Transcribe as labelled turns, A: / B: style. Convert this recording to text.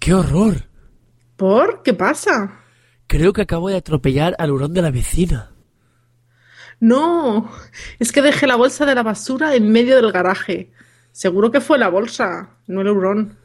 A: ¡Qué horror!
B: ¿Por? ¿Qué pasa?
A: Creo que acabo de atropellar al hurón de la vecina.
B: No, es que dejé la bolsa de la basura en medio del garaje. Seguro que fue la bolsa, no el hurón.